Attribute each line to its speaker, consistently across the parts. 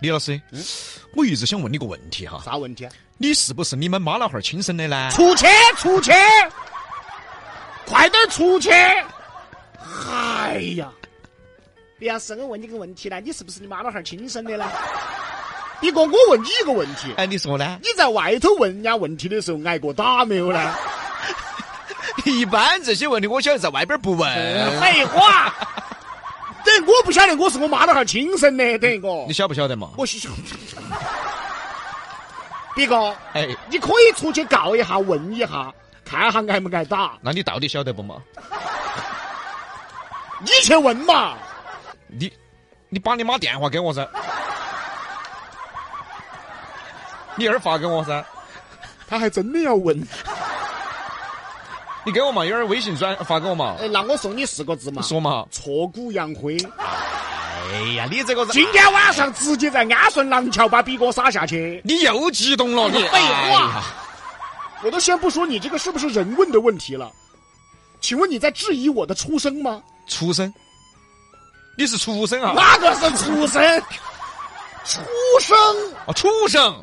Speaker 1: 李老师，我一直想问你个问题哈，
Speaker 2: 啥问题？
Speaker 1: 你是不是你们妈老汉儿亲生的呢？
Speaker 2: 出去，出去！快点出去！哎呀，李老师，我问你哎个问题呢，你是不是你妈老汉儿亲生的呢？一个，我问你一个问题，
Speaker 1: 哎，你说呢？
Speaker 2: 你在外头问人家问题的时候挨过打没有呢？
Speaker 1: 一般这些问题，我晓得在外边不问。
Speaker 2: 废话，等于我不晓得我是我妈老汉儿亲生的，等于我
Speaker 1: 你，晓不晓得嘛？
Speaker 2: 我是， 别个，
Speaker 1: 哎，
Speaker 2: 你可以出去告一下，问一下，看下挨不挨打，
Speaker 1: 那你到底晓得不嘛？
Speaker 2: 你去问嘛。
Speaker 1: 你，你把你妈电话给我噻，你儿发给我噻，
Speaker 2: 他还真的要问，
Speaker 1: 你给我嘛，一会儿微信转发给我嘛，
Speaker 2: 哎，那我送你四个字嘛，
Speaker 1: 说嘛。
Speaker 2: 挫骨扬灰。
Speaker 1: 哎呀，你这个人，
Speaker 2: 今天晚上直接在安顺廊桥把比哥杀下去。
Speaker 1: 你又激动了，你
Speaker 2: 废话
Speaker 1: 哎呀
Speaker 2: 我都先不说你这个是不是人问的问题了，请问你在质疑我的出身吗？
Speaker 1: 畜生，你是畜生啊！
Speaker 2: 那个是出身，出生
Speaker 1: 啊，畜生！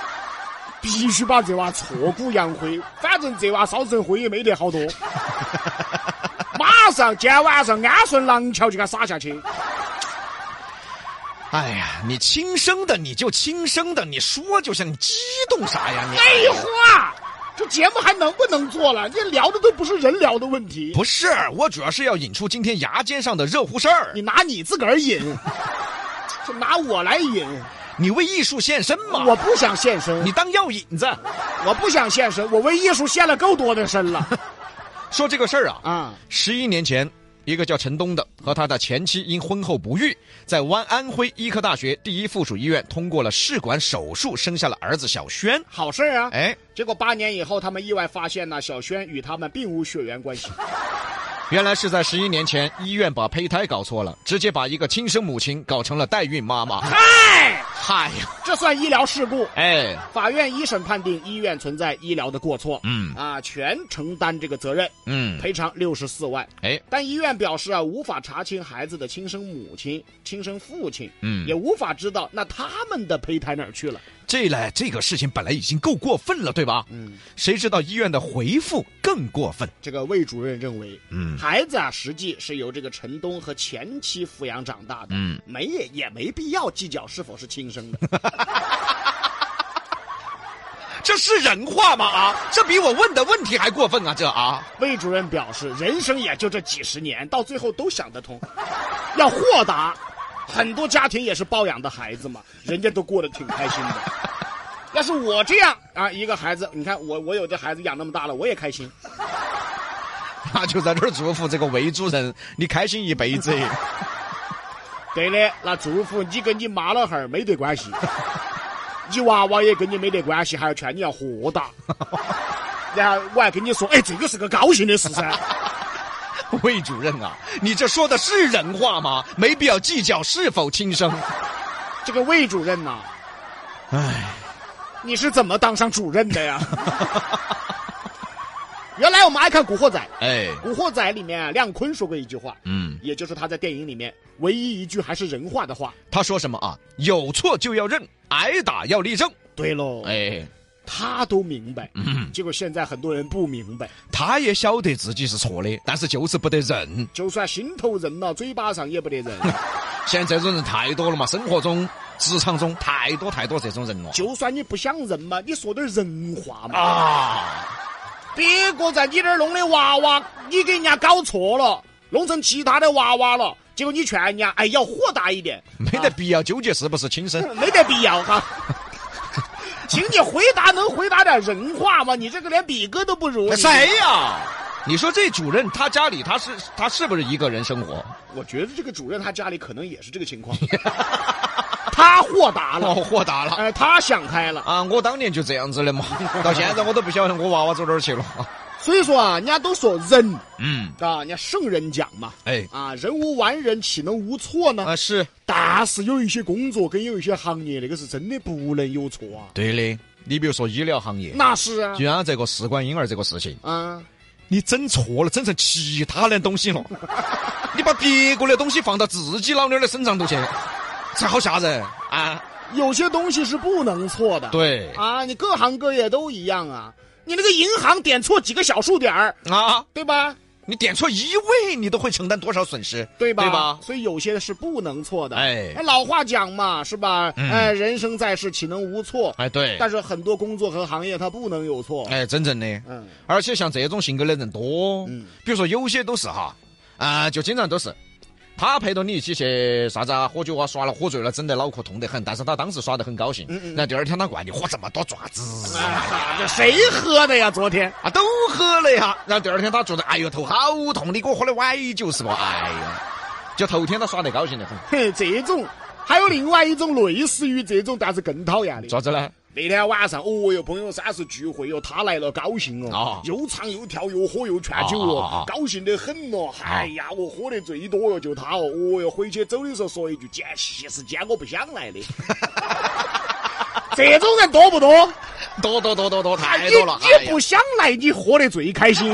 Speaker 2: 必须把这娃挫骨扬灰，反正这娃烧成灰也没得好多。马上今天晚上安顺廊桥就给他杀下去。
Speaker 1: 哎呀，你亲生的你就亲生的，你说就像你激动啥呀你？
Speaker 2: 废话，这节目还能不能做了？这聊的都不是人聊的问题。
Speaker 1: 不是，我主要是要引出今天牙尖上的热乎事儿
Speaker 2: 你。拿你自个儿引，就拿我来引。
Speaker 1: 你为艺术献身嘛？
Speaker 2: 我不想现身，
Speaker 1: 你当药引子。
Speaker 2: 我不想现身，我为艺术献了够多的 身了
Speaker 1: 说这个事儿啊，
Speaker 2: 啊！
Speaker 1: 十一年前，一个叫陈东的和他的前妻因婚后不育，在安安徽医科大学第一附属医院通过了试管手术，生下了儿子小轩。
Speaker 2: 好事儿啊！
Speaker 1: 哎，
Speaker 2: 结果八年以后，他们意外发现呢，小轩与他们并无血缘关系。
Speaker 1: 原来是在十一年前，医院把胚胎搞错了，直接把一个亲生母亲搞成了代孕妈妈。
Speaker 2: 嗨，
Speaker 1: 嗨呀，
Speaker 2: 这算医疗事故。
Speaker 1: 哎，
Speaker 2: 法院一审判定医院存在医疗的过错，
Speaker 1: 嗯
Speaker 2: 啊，全承担这个责任，
Speaker 1: 嗯，
Speaker 2: 赔偿六十四万。
Speaker 1: 哎，
Speaker 2: 但医院表示啊，无法查清孩子的亲生母亲、亲生父亲，
Speaker 1: 嗯
Speaker 2: 也无法知道那他们的胚胎哪儿去了。
Speaker 1: 这嘞，这个事情本来已经够过分了，对吧？
Speaker 2: 嗯，
Speaker 1: 谁知道医院的回复更过分。
Speaker 2: 这个魏主任认为，
Speaker 1: 嗯
Speaker 2: 孩子啊，实际是由这个陈东和前妻抚养长大的，
Speaker 1: 嗯，
Speaker 2: 没也也没必要计较是否是亲生的。
Speaker 1: 这是人话吗？啊，这比我问的问题还过分啊！这啊，
Speaker 2: 魏主任表示，人生也就这几十年，到最后都想得通， 要豁达。很多家庭也是抱养的孩子嘛，人家都过得挺开心的。 要是我这样啊，一个孩子，你看我我有的孩子养那么大了，我也开心。
Speaker 1: 他就在这儿嘱咐这个韦主任，你开心一辈子。
Speaker 2: 对的，那祝福你跟你妈老汉儿没得关系， 你娃娃也跟你没得关系，还要劝你要豁达。然后我还跟你说，哎，这个是个高兴的事噻。
Speaker 1: 魏主任啊，你这说的是人话吗？没必要计较是否亲生。
Speaker 2: 这个魏主任呐、
Speaker 1: 唉，
Speaker 2: 你是怎么当上主任的呀？ 原来我们爱看古惑仔
Speaker 1: 哎，
Speaker 2: 《古惑仔》，《里面啊，亮坤说过一句话，
Speaker 1: 嗯，
Speaker 2: 也就是他在电影里面唯一一句还是人话的话。
Speaker 1: 他说什么啊？有错就要认，挨打要立正。
Speaker 2: 对喽，
Speaker 1: 哎，嗯
Speaker 2: 他都明白，结果现在很多人不明白，
Speaker 1: 他也晓得自己是错的，但是就是不得认。
Speaker 2: 就算心头认了，嘴巴上也不得认。
Speaker 1: 现在这种人太多了嘛，生活中、职场中太多太多这种人了。
Speaker 2: 就算你不想认嘛，你说点人话嘛。
Speaker 1: 啊，
Speaker 2: 别个在你这儿弄的娃娃，你给人家搞错了，弄成其他的娃娃了，结果你劝人家，哎，要豁达一点，
Speaker 1: 没得必要纠结是不是亲生。
Speaker 2: 没得必要哈。 请你回答，能回答点人话吗？你这个连比哥都不如。你
Speaker 1: 谁呀、你说这主任他家里他是他是不是一个人生活？
Speaker 2: 我觉得这个主任他家里可能也是这个情况， 他豁
Speaker 1: 我
Speaker 2: 达 了，
Speaker 1: 哦豁达了
Speaker 2: 哎，他想开了。
Speaker 1: 啊！我当年就这样子的 嘛，到现在我都不晓得我娃娃走哪儿去了。
Speaker 2: 所以说啊，人家都说人
Speaker 1: 嗯，
Speaker 2: 啊，人家圣人讲嘛，
Speaker 1: 哎
Speaker 2: 啊，人无完人，岂能无错呢？
Speaker 1: 啊是
Speaker 2: 但是有一些工作跟有一些行业，那个是真的不能有错啊。
Speaker 1: 对的。你比如说医疗行业，
Speaker 2: 那是啊
Speaker 1: 就，像这个试管婴儿这个事情，
Speaker 2: 啊，
Speaker 1: 你整错了，整成 其他的东西了，你把别个的东西放到自己老娘的身上头去，这好吓人啊！
Speaker 2: 有些东西是不能错的。
Speaker 1: 对
Speaker 2: 啊，你各行各业都一样啊。你那个银行点错几个小数点儿，
Speaker 1: 啊，
Speaker 2: 对吧？
Speaker 1: 你点错一位，你都会承担多少损失？
Speaker 2: 对吧？
Speaker 1: 对吧？
Speaker 2: 所以有些是不能错的。
Speaker 1: 哎
Speaker 2: 老话讲嘛，是吧？
Speaker 1: 嗯
Speaker 2: 哎，人生在世，岂能无错？
Speaker 1: 哎，对，
Speaker 2: 但是很多工作和行业它不能有错。
Speaker 1: 哎，真正的，
Speaker 2: 嗯，
Speaker 1: 而且像这种性格的人多，
Speaker 2: 嗯
Speaker 1: 比如说有些都是哈，啊、就经常都是。他陪着你一起去啥子啊，喝酒啊，耍了，喝醉了，整得脑壳痛得很。但是他当时耍得很高兴，
Speaker 2: 嗯嗯嗯
Speaker 1: 然后第二天他怪你喝这么多爪子
Speaker 2: 啊，这谁喝的呀？昨天
Speaker 1: 啊，都喝了呀。然后第二天他觉得哎呦头好痛，你给我喝的歪酒是不？哎呀，就头天他耍得高兴得很，
Speaker 2: 嘿，这种还有另外一种类似于这种，但是更讨厌的。
Speaker 1: 咋子呢？
Speaker 2: 那天晚上，哦哟，朋友三十聚会哟，他来了，高兴
Speaker 1: 啊，
Speaker 2: 哦又唱又跳又喝又劝
Speaker 1: 啊啊啊
Speaker 2: 酒
Speaker 1: 啊，
Speaker 2: 哦高兴得很哦。哎呀，我喝得最多哟，就他哦，哦哟，回去走的时候说一句，姐，其实今天我不想来 的。这种人多不多？
Speaker 1: 多多多多多太
Speaker 2: 你
Speaker 1: 多了，哎
Speaker 2: 你
Speaker 1: 呀
Speaker 2: 不想来，你喝得最开 心，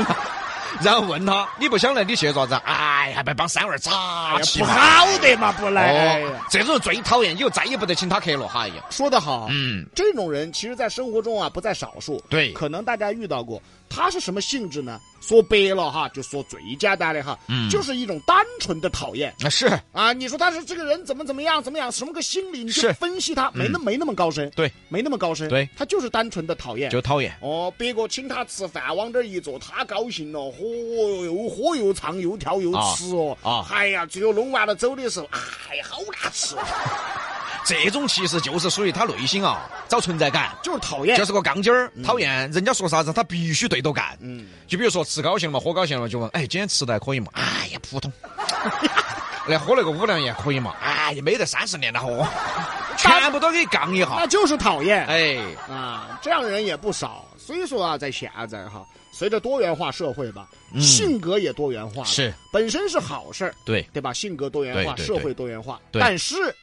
Speaker 1: 然后问他你不想来，你去咋子？哎，还不帮三娃儿扎啊起
Speaker 2: 哎不
Speaker 1: 嘛
Speaker 2: 好的嘛，不来。哎
Speaker 1: 哦
Speaker 2: 呀，
Speaker 1: 这种人最讨厌，以后再也不得请他客了。哎呀，
Speaker 2: 说得好，
Speaker 1: 嗯，
Speaker 2: 这种人其实，在生活中啊不在少数。
Speaker 1: 对
Speaker 2: 可能大家遇到过。他是什么性质呢？说白了哈，就说最简单的哈，
Speaker 1: 嗯
Speaker 2: 就是一种单纯的讨厌
Speaker 1: 那是
Speaker 2: 啊。你说他是这个人怎么怎么样，怎么样，什么个心理？你就是分析他，没那没那么高深，
Speaker 1: 嗯对，
Speaker 2: 没那么高深，
Speaker 1: 对
Speaker 2: 他就是单纯的讨厌。
Speaker 1: 就讨厌。
Speaker 2: 哦，别个请他吃饭，往这儿一坐，他高兴了，嚯，又喝又唱又跳又吃哦，
Speaker 1: 啊啊
Speaker 2: 哎呀，最后弄完了走的时候，哎呀，好难吃哦，
Speaker 1: 这种其实就是属于他内心啊找存在感，
Speaker 2: 就是讨 厌，
Speaker 1: 就是个杠精儿，讨厌人家说啥子他必须对着干。
Speaker 2: 嗯，
Speaker 1: 就比如说吃高兴了嘛，喝高兴了嘛就问，哎，今天吃的还可以嘛？哎呀，普通。 来喝了个五粮液可以嘛？哎呀，没得三十年了 喝，全部都给你杠一
Speaker 2: 那
Speaker 1: 下。
Speaker 2: 就是讨厌。
Speaker 1: 哎，
Speaker 2: 啊，这样的人也不少。所以说啊，在现在哈，随着多元化社会吧，
Speaker 1: 嗯
Speaker 2: 性格也多元化了，
Speaker 1: 是
Speaker 2: 本身是好事儿，
Speaker 1: 对，
Speaker 2: 对吧？性格多元化，
Speaker 1: 对对
Speaker 2: 社
Speaker 1: 对
Speaker 2: 会多元化，
Speaker 1: 对
Speaker 2: 但是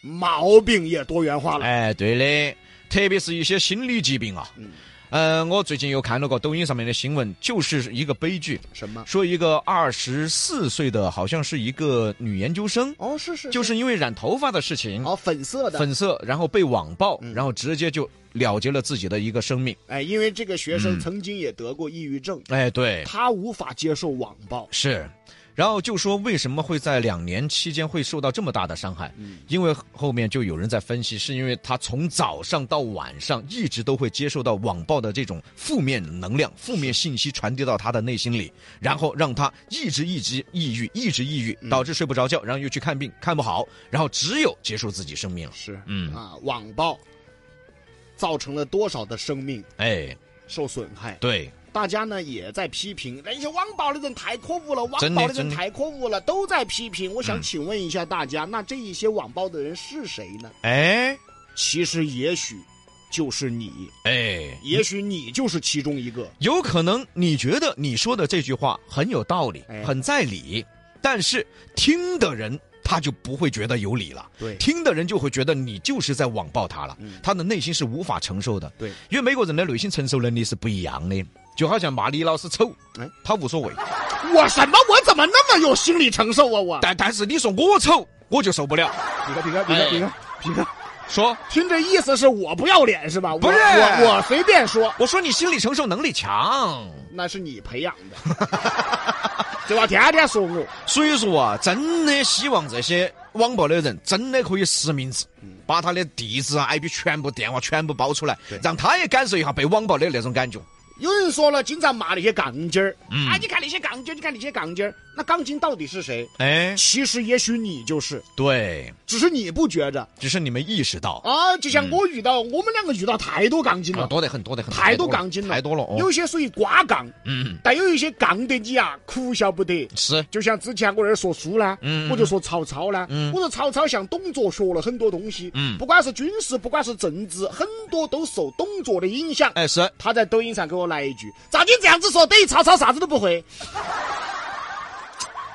Speaker 2: 毛病也多元化了。
Speaker 1: 哎，对的，特别是一些心理疾病啊。
Speaker 2: 嗯
Speaker 1: 呃，我最近又看了个抖音上面的新闻，就是一个悲剧，
Speaker 2: 什么？
Speaker 1: 说一个二十四岁的，好像是一个女研究生，
Speaker 2: 哦，是是，
Speaker 1: 就是是因为染头发的事情，
Speaker 2: 哦，粉色的。
Speaker 1: 粉色，然后被网暴
Speaker 2: 嗯，
Speaker 1: 然后直接就了结了自己的一个生命。
Speaker 2: 哎，因为这个学生
Speaker 1: 嗯
Speaker 2: 曾经也得过抑郁症，
Speaker 1: 哎，对，
Speaker 2: 他无法接受网暴。
Speaker 1: 是。然后就说为什么会在两年期间会受到这么大的伤害？
Speaker 2: 嗯
Speaker 1: 因为后面就有人在分析，是因为他从早上到晚上一直都会接受到网暴的这种负面能量、负面信息传递到他的内心里，
Speaker 2: 嗯
Speaker 1: 然后让他一直一直抑郁，一直抑郁，
Speaker 2: 嗯
Speaker 1: 导致睡不着觉，然后又去看病看不好，然后只有结束自己生命了。
Speaker 2: 是，
Speaker 1: 嗯
Speaker 2: 啊，网暴造成了多少的生命
Speaker 1: 哎，
Speaker 2: 受损害？
Speaker 1: 对，
Speaker 2: 大家呢也在批评那些网暴的人太可恶了，网
Speaker 1: 真的
Speaker 2: 暴的人
Speaker 1: 真的
Speaker 2: 太可恶了，都在批评。我想请问一下大家，那这一些网暴的人是谁呢？
Speaker 1: 哎
Speaker 2: 其实也许就是你，
Speaker 1: 哎，
Speaker 2: 也许你就是其中一个。
Speaker 1: 有可能你觉得你说的这句话很有道理
Speaker 2: 哎，
Speaker 1: 很在理，但是听的人他就不会觉得有理了。
Speaker 2: 对
Speaker 1: 听的人就会觉得你就是在网暴他了
Speaker 2: 哎嗯，
Speaker 1: 他的内心是无法承受的。
Speaker 2: 对，
Speaker 1: 因为每个人的内心承受能力是不一样的。就好像骂李老师丑
Speaker 2: 哎，
Speaker 1: 他无所谓，
Speaker 2: 我什么？我怎么那么有心理承受啊？我
Speaker 1: 但但是你说我丑，我就受不了。
Speaker 2: 比个比个
Speaker 1: 比个比个
Speaker 2: 比个，
Speaker 1: 说，
Speaker 2: 听这意思是我不要脸是吧？我
Speaker 1: 不是
Speaker 2: 我我随便说，
Speaker 1: 我说你心理承受能力强，
Speaker 2: 那是你培养 的，对吧？天天说我。
Speaker 1: 所以说啊，真的希望这些网暴的人真的可以实名制，
Speaker 2: 嗯
Speaker 1: 把他的地址啊、IP 全部、电话全部报出来，让他也感受一下被网暴的那种感觉。
Speaker 2: 有人说了，经常骂那些杠精儿，
Speaker 1: 嗯
Speaker 2: 啊，你看那些杠精儿，你看那些杠精儿，那杠精到底是谁？
Speaker 1: 哎，
Speaker 2: 其实也许你就是，
Speaker 1: 对，
Speaker 2: 只是你不觉着
Speaker 1: 只是你没意识到，
Speaker 2: 啊。就像我遇到，我们两个遇到太多杠精
Speaker 1: 嗯啊，
Speaker 2: 了，
Speaker 1: 多得很，多得很，
Speaker 2: 太多杠精了，
Speaker 1: 太多了。哦
Speaker 2: 有些属于瓜杠，
Speaker 1: 嗯，
Speaker 2: 但有一些杠得你啊哭笑不得。
Speaker 1: 是，
Speaker 2: 就像之前我在这儿说书呢，
Speaker 1: 嗯
Speaker 2: 我就说曹操呢，
Speaker 1: 嗯
Speaker 2: 我说曹操向董卓学了很多东西，
Speaker 1: 嗯
Speaker 2: 不管是军事，不管是政治，很多都受董卓的影响。
Speaker 1: 哎，是，
Speaker 2: 他在抖音上给我来一句：“咋你这样子说？等于曹操啥子都不会。”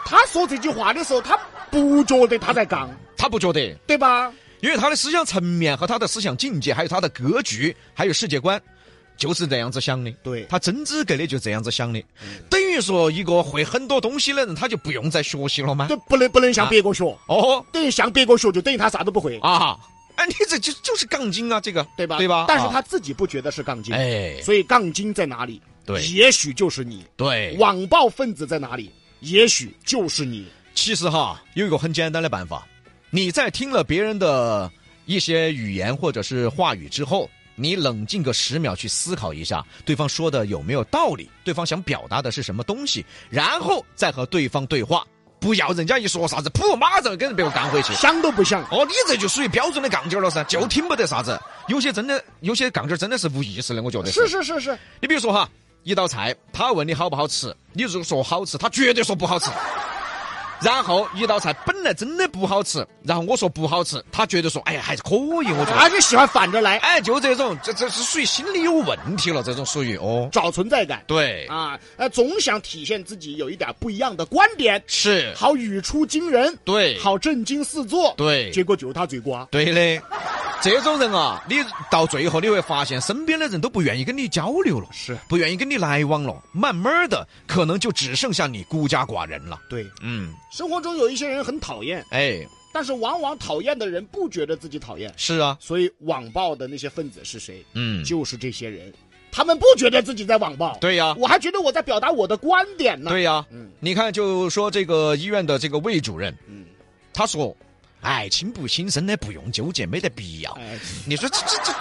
Speaker 2: 他说这句话的时候，他不觉得他在杠，
Speaker 1: 他不觉得，
Speaker 2: 对吧？
Speaker 1: 因为他的思想层面和他的思想境界，还有他的格局，还有世界观，就是这样子想的。
Speaker 2: 对嗯
Speaker 1: 他真资格的就这样子想的，等于说一个会很多东西的人，他就不用再学习了吗
Speaker 2: 这？不能不能向别个学，
Speaker 1: 哦
Speaker 2: 等于向别个学就等于他啥都不会，
Speaker 1: 啊，哎，你这就就是杠精啊，这个
Speaker 2: 对吧？
Speaker 1: 对吧？
Speaker 2: 但是
Speaker 1: 啊
Speaker 2: 他自己不觉得是杠精，
Speaker 1: 哎，
Speaker 2: 所以杠精在哪里？
Speaker 1: 对哎
Speaker 2: 也许就是你。
Speaker 1: 对，
Speaker 2: 网暴分子在哪里？也许就是你。
Speaker 1: 其实哈，有一个很简单的办法，你在听了别人的一些语言或者是话语之后，你冷静个十秒去思考一下，对方说的有没有道理，对方想表达的是什么东西，然后再和对方对话，不要人家一说啥子，噗，马上跟别个干回去。
Speaker 2: 像都不像。
Speaker 1: 哦，你这就属于标准的杠精儿了噻，就听不得啥子。有些真的，有些杠精儿真的是无意识的，我觉得
Speaker 2: 是是是是，
Speaker 1: 你比如说哈，一道菜，他问你好不好吃，你如果说好吃，他绝对说不好吃。然后一道菜本来真的不好吃，然后我说不好吃，他绝对说哎呀还是可以，我觉得。
Speaker 2: 还是喜欢反着来，
Speaker 1: 哎，就这种，这这是属于心理有问题了，这种属于哦，
Speaker 2: 找存在感。
Speaker 1: 对，
Speaker 2: 啊，呃，总想体现自己有一点不一样的观点，
Speaker 1: 是，
Speaker 2: 好语出惊人，
Speaker 1: 对，
Speaker 2: 好震惊四座，
Speaker 1: 对
Speaker 2: 结果就是他最瓜。
Speaker 1: 对的。 这种人啊，你到最后你会发现，身边的人都不愿意跟你交流了，
Speaker 2: 是
Speaker 1: 不愿意跟你来往了，慢慢的可能就只剩下你孤家寡人了。
Speaker 2: 对，
Speaker 1: 嗯，
Speaker 2: 生活中有一些人很讨厌，
Speaker 1: 哎，
Speaker 2: 但是往往讨厌的人不觉得自己讨厌，
Speaker 1: 是啊，
Speaker 2: 所以网暴的那些分子是谁？
Speaker 1: 嗯，
Speaker 2: 就是这些人，他们不觉得自己在网暴，
Speaker 1: 对呀、
Speaker 2: 我还觉得我在表达我的观点呢。
Speaker 1: 对啊呀、
Speaker 2: 嗯
Speaker 1: 你看，就说这个医院的这个魏主任，
Speaker 2: 嗯，
Speaker 1: 他说，哎，亲不亲生的不用纠结，没得必要。
Speaker 2: 哎，
Speaker 1: 你说这这这，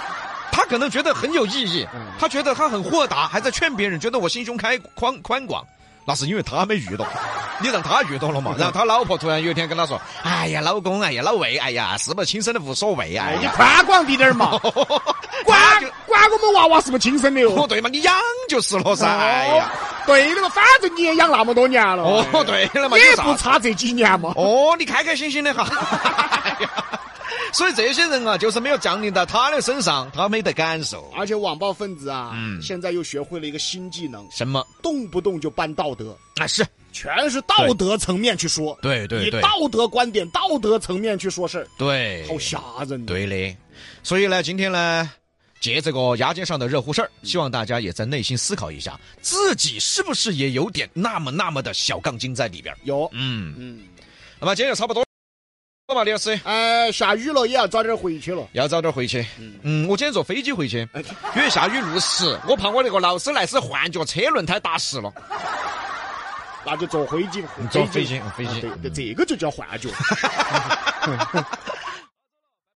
Speaker 1: 他可能觉得很有意义，
Speaker 2: 嗯
Speaker 1: 他觉得他很豁达，还在劝别人，觉得我心胸开宽宽广。那是因为他没遇 到，你让他遇到了嘛？然后他老婆突然有一天跟他说：“哎呀，老公，哎呀，老魏，哎呀，是不是亲生的无所谓，哎
Speaker 2: 哎，你
Speaker 1: 呀，
Speaker 2: 宽广一 点嘛，
Speaker 1: 他
Speaker 2: 管
Speaker 1: 就
Speaker 2: 管我们娃娃是不是亲生的
Speaker 1: 哦
Speaker 2: 哦。
Speaker 1: 对嘛，你养就是了噻。”哎呀，
Speaker 2: 哦，对的嘛，反正你也养那么多年了，哎
Speaker 1: 哦，对了嘛，
Speaker 2: 也
Speaker 1: 有啥
Speaker 2: 不差这几年嘛。
Speaker 1: 哦，你开开心心的哈。哎呀 所以这些人啊，就是没有降临到他的身上，他没得感受。
Speaker 2: 而且网暴分子啊，
Speaker 1: 嗯
Speaker 2: 现在又学会了一个新技能，
Speaker 1: 什么？
Speaker 2: 动不动就搬道德，
Speaker 1: 啊，是
Speaker 2: 全是道德层面去说，
Speaker 1: 对对
Speaker 2: 以
Speaker 1: 对
Speaker 2: 道德观点、道德层面去说事儿，
Speaker 1: 对，
Speaker 2: 好吓人。，
Speaker 1: 对的。所以呢，今天呢，借这个牙尖上的热乎事儿，希望大家也在内心思考一下，自己是不是也有点那么那么的小杠精在里边儿。
Speaker 2: 有，
Speaker 1: 嗯，
Speaker 2: 嗯，
Speaker 1: 那么今天就差不多了吧，李老师。
Speaker 2: 哎，下雨了也要早点回去了。哎
Speaker 1: 要早点回去。嗯，我今天坐飞机回去，因为下雨路湿，我怕我那个劳斯莱斯换脚车轮胎打湿了。
Speaker 2: 那就坐飞机吧，
Speaker 1: 坐飞机嗯飞机
Speaker 2: 啊对，
Speaker 1: 嗯
Speaker 2: 这个就叫幻觉。